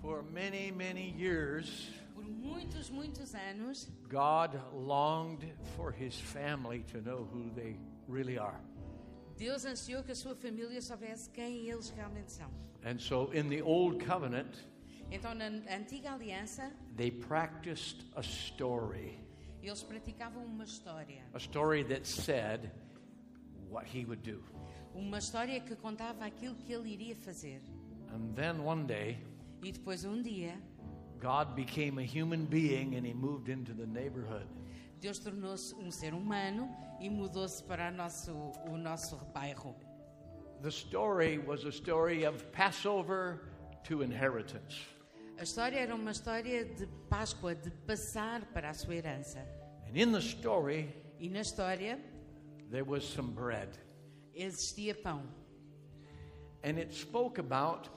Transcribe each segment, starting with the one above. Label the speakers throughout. Speaker 1: For many, many years,
Speaker 2: Por muitos, muitos anos,
Speaker 1: God longed for his family to know who they really are.
Speaker 2: Deus ansiou que a sua família soubesse quem eles realmente são.
Speaker 1: And so in the Old Covenant,
Speaker 2: Então, na antiga aliança,
Speaker 1: they practiced a story,
Speaker 2: eles praticavam uma história.
Speaker 1: a story that said what he would do.
Speaker 2: Uma história que contava aquilo que ele iria fazer.
Speaker 1: And then one day,
Speaker 2: E depois, um dia,
Speaker 1: God became a human being and he moved into the neighborhood.
Speaker 2: Deus tornou-se um ser humano e mudou-se para nosso, o nosso bairro.
Speaker 1: The story was a story of Passover to inheritance.
Speaker 2: A história era uma história de Páscoa, de passar para a sua herança.
Speaker 1: And in the story,
Speaker 2: E na história
Speaker 1: there was some bread.
Speaker 2: existia pão
Speaker 1: And it spoke about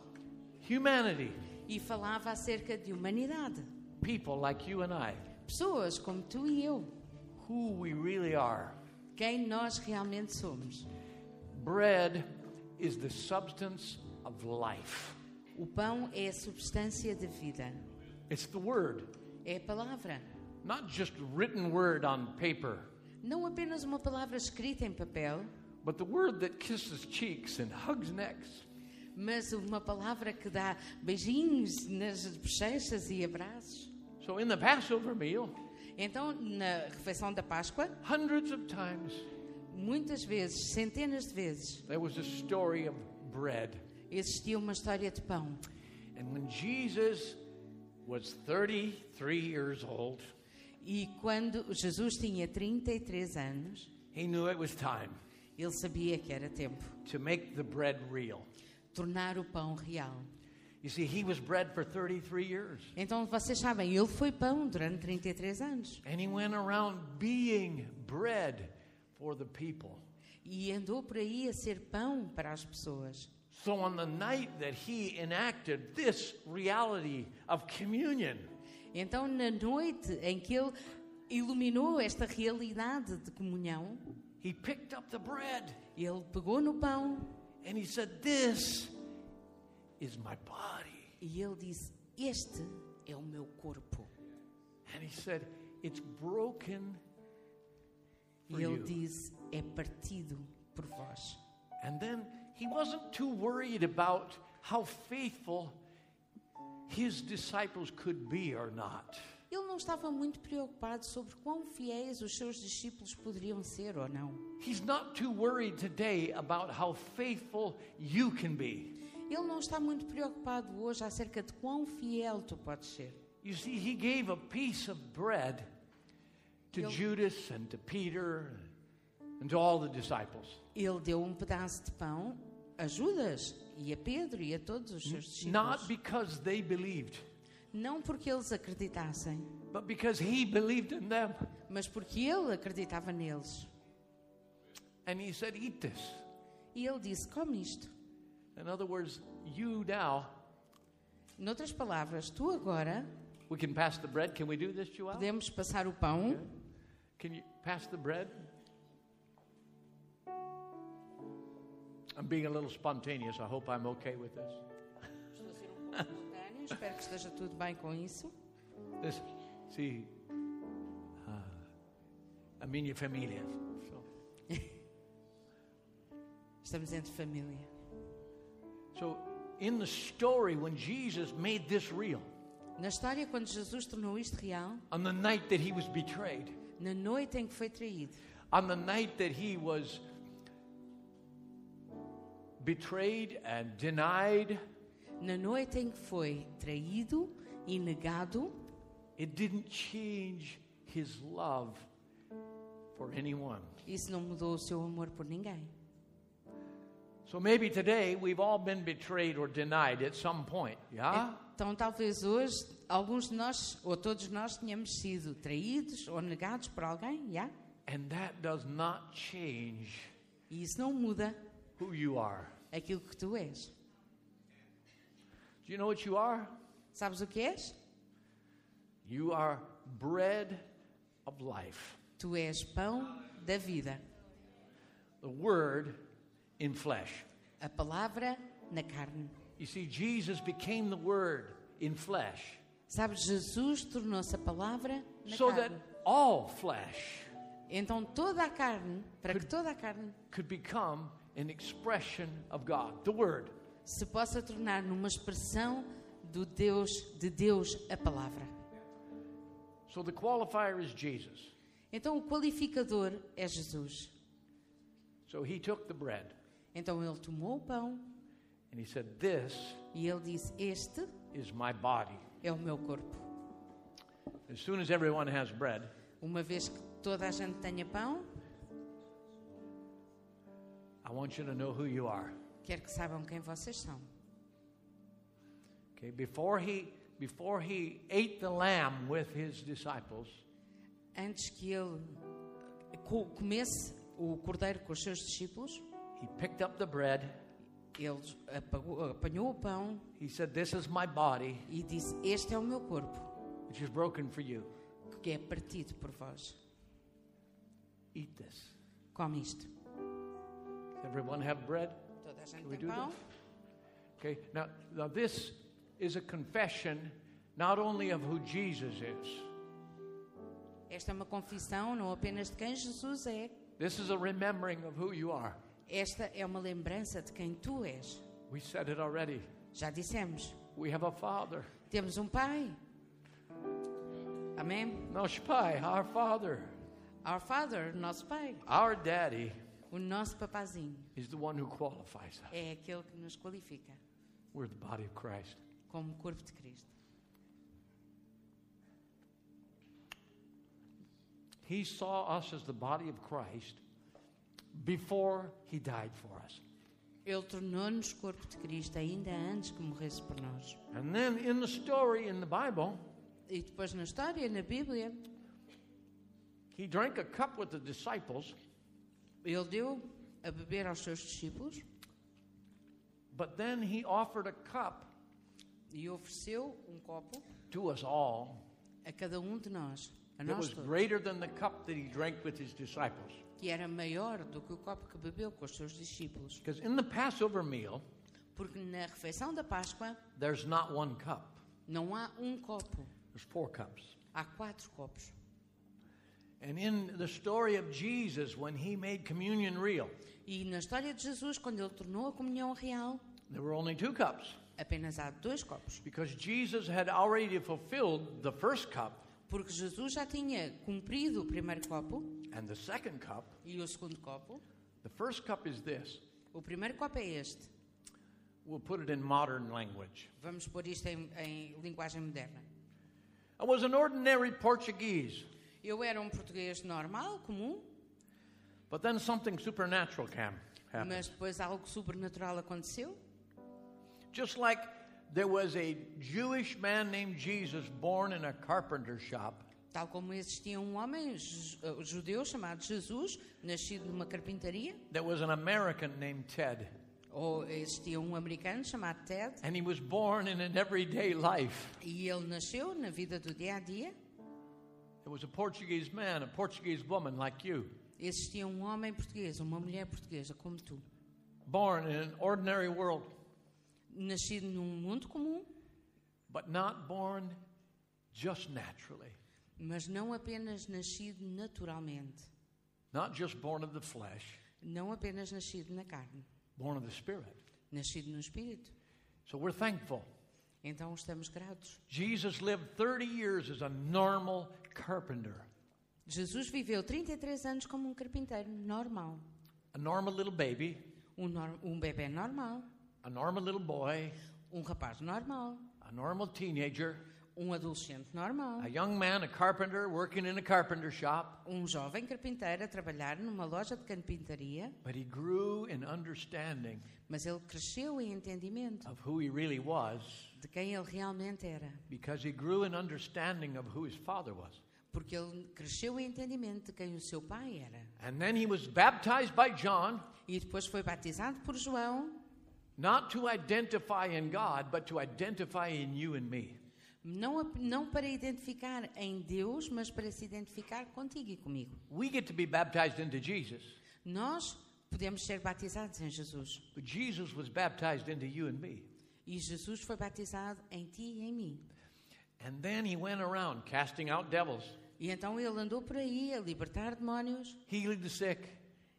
Speaker 1: humanity,
Speaker 2: e falava acerca de humanidade,
Speaker 1: people like you and I,
Speaker 2: pessoas como tu e eu,
Speaker 1: who we really are.
Speaker 2: quem nós realmente somos.
Speaker 1: Bread is the substance of life,
Speaker 2: O pão é a substância da vida,
Speaker 1: it's the word,
Speaker 2: é a palavra,
Speaker 1: not just written word on paper,
Speaker 2: não apenas uma palavra escrita em papel,
Speaker 1: but the word that kisses cheeks and hugs necks.
Speaker 2: mas uma palavra que dá beijinhos nas bochechas e abraços.
Speaker 1: So in the Passover meal,
Speaker 2: Então, na refeição da Páscoa,
Speaker 1: hundreds of times,
Speaker 2: muitas vezes, centenas de vezes,
Speaker 1: there was a story of bread.
Speaker 2: existia uma história de pão.
Speaker 1: And when Jesus was 33 years old,
Speaker 2: E quando Jesus tinha 33 anos,
Speaker 1: he knew it was time
Speaker 2: ele sabia que era tempo
Speaker 1: to make the bread real.
Speaker 2: tornar o pão real.
Speaker 1: You see, he was bread for 33 years.
Speaker 2: Então, vocês sabem, ele foi pão durante 33 anos
Speaker 1: And he went around being bread for the people.
Speaker 2: e andou por aí a ser pão para as pessoas.
Speaker 1: So on the night that he enacted this reality of communion,
Speaker 2: Então, na noite em que ele iluminou esta realidade de comunhão,
Speaker 1: he picked up the bread
Speaker 2: ele pegou no pão
Speaker 1: and he said, This is my body.
Speaker 2: e ele disse: Este é o meu corpo.
Speaker 1: And he said, It's broken for
Speaker 2: E ele
Speaker 1: you.
Speaker 2: diz: É partido por vós.
Speaker 1: And then he wasn't too worried about how faithful his disciples could be or not.
Speaker 2: Ele não estava muito preocupado sobre quão fiéis os seus discípulos poderiam ser ou não.
Speaker 1: He's not too worried today about how faithful you can be.
Speaker 2: Ele não está muito preocupado hoje acerca de quão fiel tu podes ser.
Speaker 1: You see, he gave a piece of bread to
Speaker 2: Yo-
Speaker 1: Judas and to Peter and to all the disciples.
Speaker 2: Ele deu um pedaço de pão a Judas e a Pedro e a todos os seus
Speaker 1: Not
Speaker 2: discípulos.
Speaker 1: because they believed,
Speaker 2: Não porque eles acreditassem,
Speaker 1: but because he believed in them.
Speaker 2: mas porque ele acreditava neles.
Speaker 1: And he said, Eat this.
Speaker 2: E ele disse: Come isto.
Speaker 1: In other words, you now,
Speaker 2: Noutras palavras, tu agora
Speaker 1: we can pass the bread. Can we do this, Joel?
Speaker 2: podemos passar o pão.
Speaker 1: Can you pass the bread? I'm being a little spontaneous. I hope I'm okay with this.
Speaker 2: Estou a ser um pouco espontâneo, espero que esteja tudo bem com isso.
Speaker 1: This, see, uh, a minha familia. So,
Speaker 2: Estamos entre família.
Speaker 1: so, in the story, when Jesus made this real,
Speaker 2: Na história, quando Jesus tornou isto real,
Speaker 1: on the night that he was betrayed,
Speaker 2: na noite em que foi traído,
Speaker 1: on the night that he was betrayed and denied,
Speaker 2: na noite em que foi traído e negado,
Speaker 1: it didn't change his love for anyone.
Speaker 2: isso não mudou o seu amor por ninguém.
Speaker 1: So maybe today we've all been betrayed or denied at some point, yeah?
Speaker 2: Então, talvez hoje, alguns de nós, ou todos nós, tenhamos sido traídos ou negados por alguém, já?
Speaker 1: And that does not change
Speaker 2: E isso não muda
Speaker 1: who you are.
Speaker 2: aquilo que tu és.
Speaker 1: Do you know what you are?
Speaker 2: Sabes o que és?
Speaker 1: You are bread of life,
Speaker 2: Tu és pão da vida,
Speaker 1: the word in flesh.
Speaker 2: a palavra na carne.
Speaker 1: You see, Jesus became the word in flesh
Speaker 2: Sabe, Jesus tornou-se a palavra na
Speaker 1: so that
Speaker 2: carne.
Speaker 1: all flesh
Speaker 2: Então toda a carne, para que toda a carne
Speaker 1: could become an expression of God, the Word.
Speaker 2: se possa tornar numa expressão do Deus, de Deus a palavra.
Speaker 1: So the qualifier is Jesus.
Speaker 2: Então o qualificador é Jesus.
Speaker 1: So he took the bread
Speaker 2: Então ele tomou o pão
Speaker 1: and he said, This
Speaker 2: e ele disse: "Este
Speaker 1: is my body.
Speaker 2: é o meu corpo".
Speaker 1: As soon as everyone has bread,
Speaker 2: Uma vez que toda a gente tenha pão,
Speaker 1: I want you to know who you are.
Speaker 2: quero que saibam quem vocês são.
Speaker 1: Okay, before he before he ate the lamb with his disciples,
Speaker 2: Antes que ele co- comesse o cordeiro com os seus discípulos,
Speaker 1: he picked up the bread.
Speaker 2: ele apagou- apanhou o pão
Speaker 1: He said, "This is my body,
Speaker 2: e disse: "Este é o meu corpo,
Speaker 1: which is broken for you.
Speaker 2: que é partido por vós.
Speaker 1: Eat this."
Speaker 2: Come isto".
Speaker 1: Does everyone have bread?
Speaker 2: Toda a gente
Speaker 1: Can we
Speaker 2: tem
Speaker 1: do
Speaker 2: pão.
Speaker 1: this? Okay. Now, now this is a confession not only of who Jesus is.
Speaker 2: Esta é uma confissão não apenas de quem Jesus é.
Speaker 1: This is a remembering of who you are.
Speaker 2: Esta é uma lembrança de quem tu és.
Speaker 1: We said it already.
Speaker 2: Já dissemos,
Speaker 1: We have a Father.
Speaker 2: temos um Pai. Amém?
Speaker 1: Nosh Pai, our Father.
Speaker 2: Our Father, nosso Pai.
Speaker 1: Our daddy
Speaker 2: O nosso papazinho
Speaker 1: is the one who qualifies us.
Speaker 2: é aquele que nos qualifica
Speaker 1: We're the body of Christ.
Speaker 2: como corpo de Cristo.
Speaker 1: He saw us as the body of Christ before he died for us.
Speaker 2: Ele tornou-nos corpo de Cristo ainda antes que morresse por nós.
Speaker 1: And then in the story in the Bible,
Speaker 2: E depois na história, na Bíblia,
Speaker 1: he drank a cup with the disciples,
Speaker 2: ele deu a beber aos seus discípulos
Speaker 1: but then he offered a cup
Speaker 2: e ofereceu um copo
Speaker 1: to us all
Speaker 2: a cada um de nós, a
Speaker 1: that
Speaker 2: nós
Speaker 1: was
Speaker 2: todos.
Speaker 1: greater than the cup that he drank with his disciples.
Speaker 2: que era maior do que o copo que bebeu com os seus discípulos.
Speaker 1: Because in the Passover meal,
Speaker 2: Porque na refeição da Páscoa
Speaker 1: there's not one cup,
Speaker 2: não há um copo,
Speaker 1: there's four cups.
Speaker 2: há quatro copos.
Speaker 1: And in the story of Jesus, when he made communion real,
Speaker 2: E na história de Jesus, quando ele tornou a comunhão real,
Speaker 1: there were only two cups
Speaker 2: apenas há dois copos.
Speaker 1: because Jesus had already fulfilled the first cup
Speaker 2: Porque Jesus já tinha cumprido o primeiro copo
Speaker 1: and the second cup.
Speaker 2: e o segundo copo.
Speaker 1: The first cup is this.
Speaker 2: O primeiro copo é este.
Speaker 1: We'll put it in modern language.
Speaker 2: Vamos pôr isto em, em linguagem moderna.
Speaker 1: I was an ordinary Portuguese,
Speaker 2: Eu era um português normal, comum,
Speaker 1: but then something supernatural came, happened.
Speaker 2: mas depois algo sobrenatural aconteceu.
Speaker 1: Just like there was a Jewish man named Jesus born in a carpenter shop,
Speaker 2: Tal como existia um homem ju- eh, judeu chamado Jesus, nascido numa carpintaria,
Speaker 1: there was an American named Ted,
Speaker 2: ou existia um americano chamado Ted,
Speaker 1: and he was born in an everyday life.
Speaker 2: e ele nasceu na vida do dia a dia.
Speaker 1: There was a Portuguese man, a Portuguese woman like you,
Speaker 2: Existia um homem português, uma mulher portuguesa como tu,
Speaker 1: born in an ordinary world,
Speaker 2: nascido num mundo comum,
Speaker 1: but not born just naturally,
Speaker 2: mas não apenas nascido naturalmente,
Speaker 1: not just born of the flesh,
Speaker 2: não apenas nascido na carne,
Speaker 1: born of the Spirit.
Speaker 2: nascido no espírito.
Speaker 1: So we're thankful.
Speaker 2: Então estamos gratos.
Speaker 1: Jesus lived 30 years as a normal carpenter,
Speaker 2: Jesus viveu 33 anos como um carpinteiro normal,
Speaker 1: a normal little baby,
Speaker 2: um, nor- um bebê normal,
Speaker 1: a normal little boy,
Speaker 2: um rapaz normal.
Speaker 1: a normal teenager,
Speaker 2: um adolescente normal,
Speaker 1: a young man, a carpenter working in a carpenter shop.
Speaker 2: um jovem carpinteiro a trabalhar numa loja de carpintaria,
Speaker 1: But he grew in understanding
Speaker 2: mas ele cresceu em entendimento
Speaker 1: of who he really was
Speaker 2: de quem ele realmente era,
Speaker 1: because he grew in understanding of who his father was.
Speaker 2: porque ele cresceu em entendimento de quem o seu pai era.
Speaker 1: And then he was baptized by John,
Speaker 2: E depois foi batizado por João,
Speaker 1: not to identify in God, but to identify in you and me.
Speaker 2: não, a- não para identificar em Deus, mas para se identificar contigo e comigo.
Speaker 1: We get to be baptized into Jesus,
Speaker 2: Nós podemos ser batizados em Jesus,
Speaker 1: but Jesus was baptized into you and me.
Speaker 2: E Jesus foi batizado em ti e em mim.
Speaker 1: And then he went around casting out devils.
Speaker 2: E então ele andou por aí a libertar demónios
Speaker 1: healing the sick,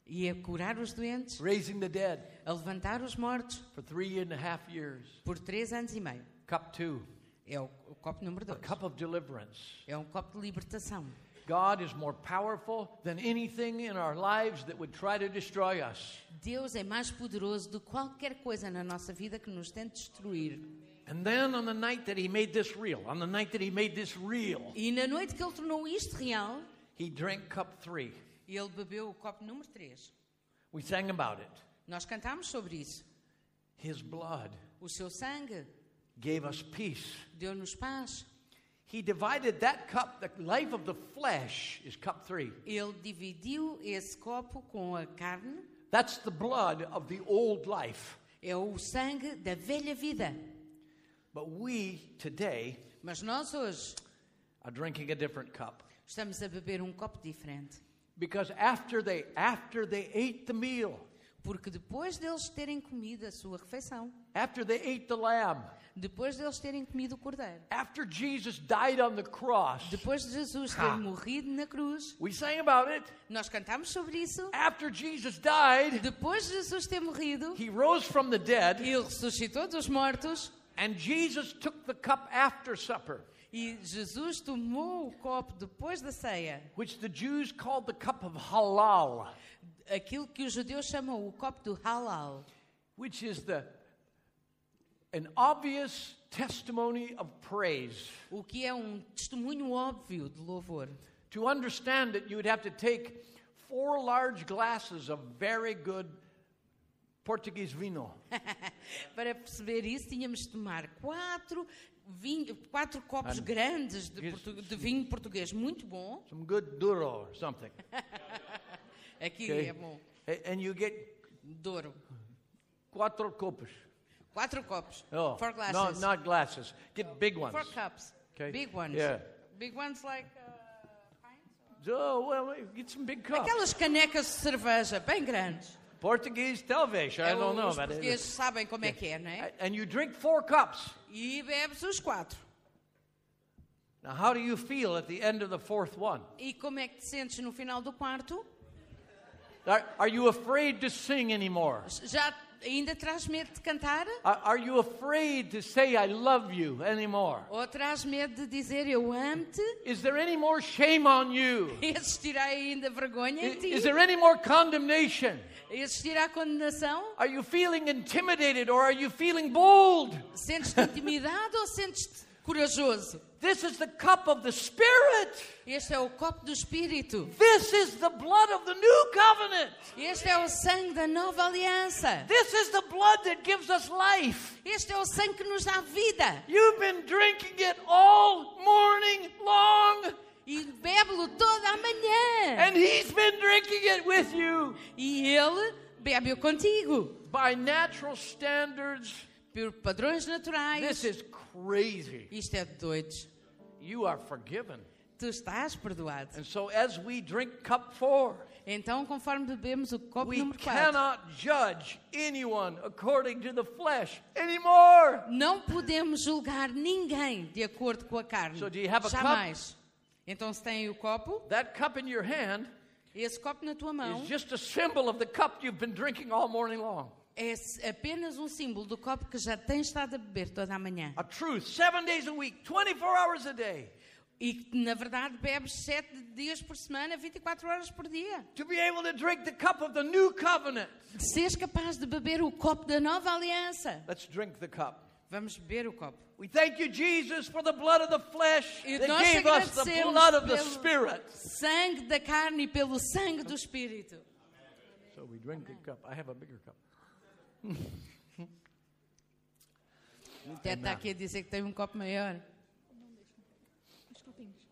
Speaker 2: e a curar os doentes,
Speaker 1: raising the dead
Speaker 2: a levantar os mortos
Speaker 1: for three and a half years.
Speaker 2: por três anos e meio.
Speaker 1: Cup two,
Speaker 2: É o, o copo número
Speaker 1: a
Speaker 2: dois.
Speaker 1: cup of deliverance.
Speaker 2: É um copo de libertação.
Speaker 1: God is more powerful than anything in our lives that would try to destroy us.
Speaker 2: Deus é mais poderoso do que qualquer coisa na nossa vida que nos tente destruir.
Speaker 1: And then on the night that he made this real, on the night that he made this real,
Speaker 2: E na noite que ele tornou isto real,
Speaker 1: he drank cup three.
Speaker 2: ele bebeu o copo número 3.
Speaker 1: We sang about it.
Speaker 2: Nós cantámos sobre isso.
Speaker 1: His blood
Speaker 2: O seu sangue
Speaker 1: gave us peace.
Speaker 2: deu-nos paz.
Speaker 1: He divided that cup, the life of the flesh is cup three.
Speaker 2: Ele dividiu esse copo com a carne.
Speaker 1: That's the blood of the old life.
Speaker 2: É o sangue da velha vida.
Speaker 1: But we today
Speaker 2: Mas nós hoje
Speaker 1: are drinking a different cup.
Speaker 2: estamos a beber um copo diferente.
Speaker 1: Because after they after they ate the meal,
Speaker 2: Porque depois deles terem comido a sua refeição,
Speaker 1: after they ate the lamb,
Speaker 2: depois deles terem comido o cordeiro,
Speaker 1: after Jesus died on the cross,
Speaker 2: depois de Jesus ter
Speaker 1: Ha.
Speaker 2: morrido na cruz,
Speaker 1: we sang about it.
Speaker 2: nós cantámos sobre isso.
Speaker 1: After Jesus died,
Speaker 2: Depois de Jesus ter morrido,
Speaker 1: he rose from the dead,
Speaker 2: ele ressuscitou dos mortos
Speaker 1: and Jesus took the cup after supper,
Speaker 2: e Jesus tomou o copo depois da ceia,
Speaker 1: which the Jews called the cup of halal,
Speaker 2: aquilo que os judeus chamam o copo do halal,
Speaker 1: which is the an obvious testimony of praise.
Speaker 2: o que é um testemunho óbvio de louvor.
Speaker 1: To understand it, you would have to take four large glasses of very good Portuguese vino.
Speaker 2: Para perceber isso, tínhamos de tomar quatro, vinho- quatro copos grandes de, portu- de vinho português muito bom.
Speaker 1: some good duro or something.
Speaker 2: Aqui
Speaker 1: Okay?
Speaker 2: é bom,
Speaker 1: A- And you get
Speaker 2: Douro.
Speaker 1: cuatro copos.
Speaker 2: Quatro copos.
Speaker 1: Oh,
Speaker 2: Four glasses. Oh,
Speaker 1: No, not glasses. Get big ones.
Speaker 2: Four cups.
Speaker 1: Okay.
Speaker 2: Big ones.
Speaker 1: Yeah.
Speaker 2: Big ones like. uh,
Speaker 1: Oh, well, get some big cups.
Speaker 2: Aquelas canecas de cerveja bem grandes.
Speaker 1: Portuguese television. I
Speaker 2: É,
Speaker 1: don't know
Speaker 2: os
Speaker 1: about
Speaker 2: portugueses
Speaker 1: it.
Speaker 2: sabem como é que é, não é?
Speaker 1: And you drink four cups.
Speaker 2: E bebes os quatro.
Speaker 1: Now, how do you feel at the end of the fourth one?
Speaker 2: E como é que te sentes no final do quarto?
Speaker 1: Are, are you afraid to sing anymore?
Speaker 2: Já ainda traz medo de cantar?
Speaker 1: Are, are you afraid to say I love you anymore?
Speaker 2: Ou traz medo de dizer eu amo-te?
Speaker 1: Is there any more shame on you?
Speaker 2: Existirá ainda vergonha
Speaker 1: I-
Speaker 2: em ti?
Speaker 1: Is there any more condemnation?
Speaker 2: Existirá condenação?
Speaker 1: Are you feeling intimidated or are you feeling bold?
Speaker 2: Sentes-te intimidado ou sentes-te corajoso?
Speaker 1: This is the cup of the Spirit.
Speaker 2: Este é o copo do Espírito.
Speaker 1: This is the blood of the new covenant.
Speaker 2: Este é o sangue da nova aliança.
Speaker 1: This is the blood that gives us life.
Speaker 2: Este é o sangue que nos dá vida.
Speaker 1: You've been drinking it all morning long,
Speaker 2: E bebe-lo toda a manhã.
Speaker 1: and He's been drinking it with you.
Speaker 2: E ele bebe-o contigo.
Speaker 1: By natural standards,
Speaker 2: Por padrões naturais.
Speaker 1: this is crazy.
Speaker 2: Isto é de doidos.
Speaker 1: You are forgiven.
Speaker 2: Tu estás perdoado.
Speaker 1: And so, as we drink cup four,
Speaker 2: Então, conforme bebemos o copo
Speaker 1: we
Speaker 2: número 4,
Speaker 1: cannot judge anyone according to the flesh anymore.
Speaker 2: não podemos julgar ninguém de acordo com a carne.
Speaker 1: So, do you have a cup?
Speaker 2: Jamais. Então, se tem o copo,
Speaker 1: That cup in your hand
Speaker 2: esse copo na tua mão
Speaker 1: is just a symbol of the cup you've been drinking all morning long.
Speaker 2: é s- apenas um símbolo do copo que já tens estado a beber toda a manhã.
Speaker 1: A truth, seven days a week, 24 hours a day,
Speaker 2: E que, na verdade, bebes sete dias por semana, 24 horas por dia.
Speaker 1: to be able to drink the cup of the new covenant.
Speaker 2: De seres capaz de beber o copo da nova aliança.
Speaker 1: Let's drink the cup.
Speaker 2: Vamos beber o copo.
Speaker 1: We thank you, Jesus, for the blood of the flesh
Speaker 2: Y
Speaker 1: that
Speaker 2: nos
Speaker 1: gave us the
Speaker 2: agradecemos
Speaker 1: blood of the
Speaker 2: pelo-
Speaker 1: Spirit.
Speaker 2: Sangue da carne e pelo sangue do Espírito.
Speaker 1: So we drink the cup. I have a bigger cup.
Speaker 2: Até está aqui a tá dizer que tem um copo maior.
Speaker 3: Acho que eu tenho.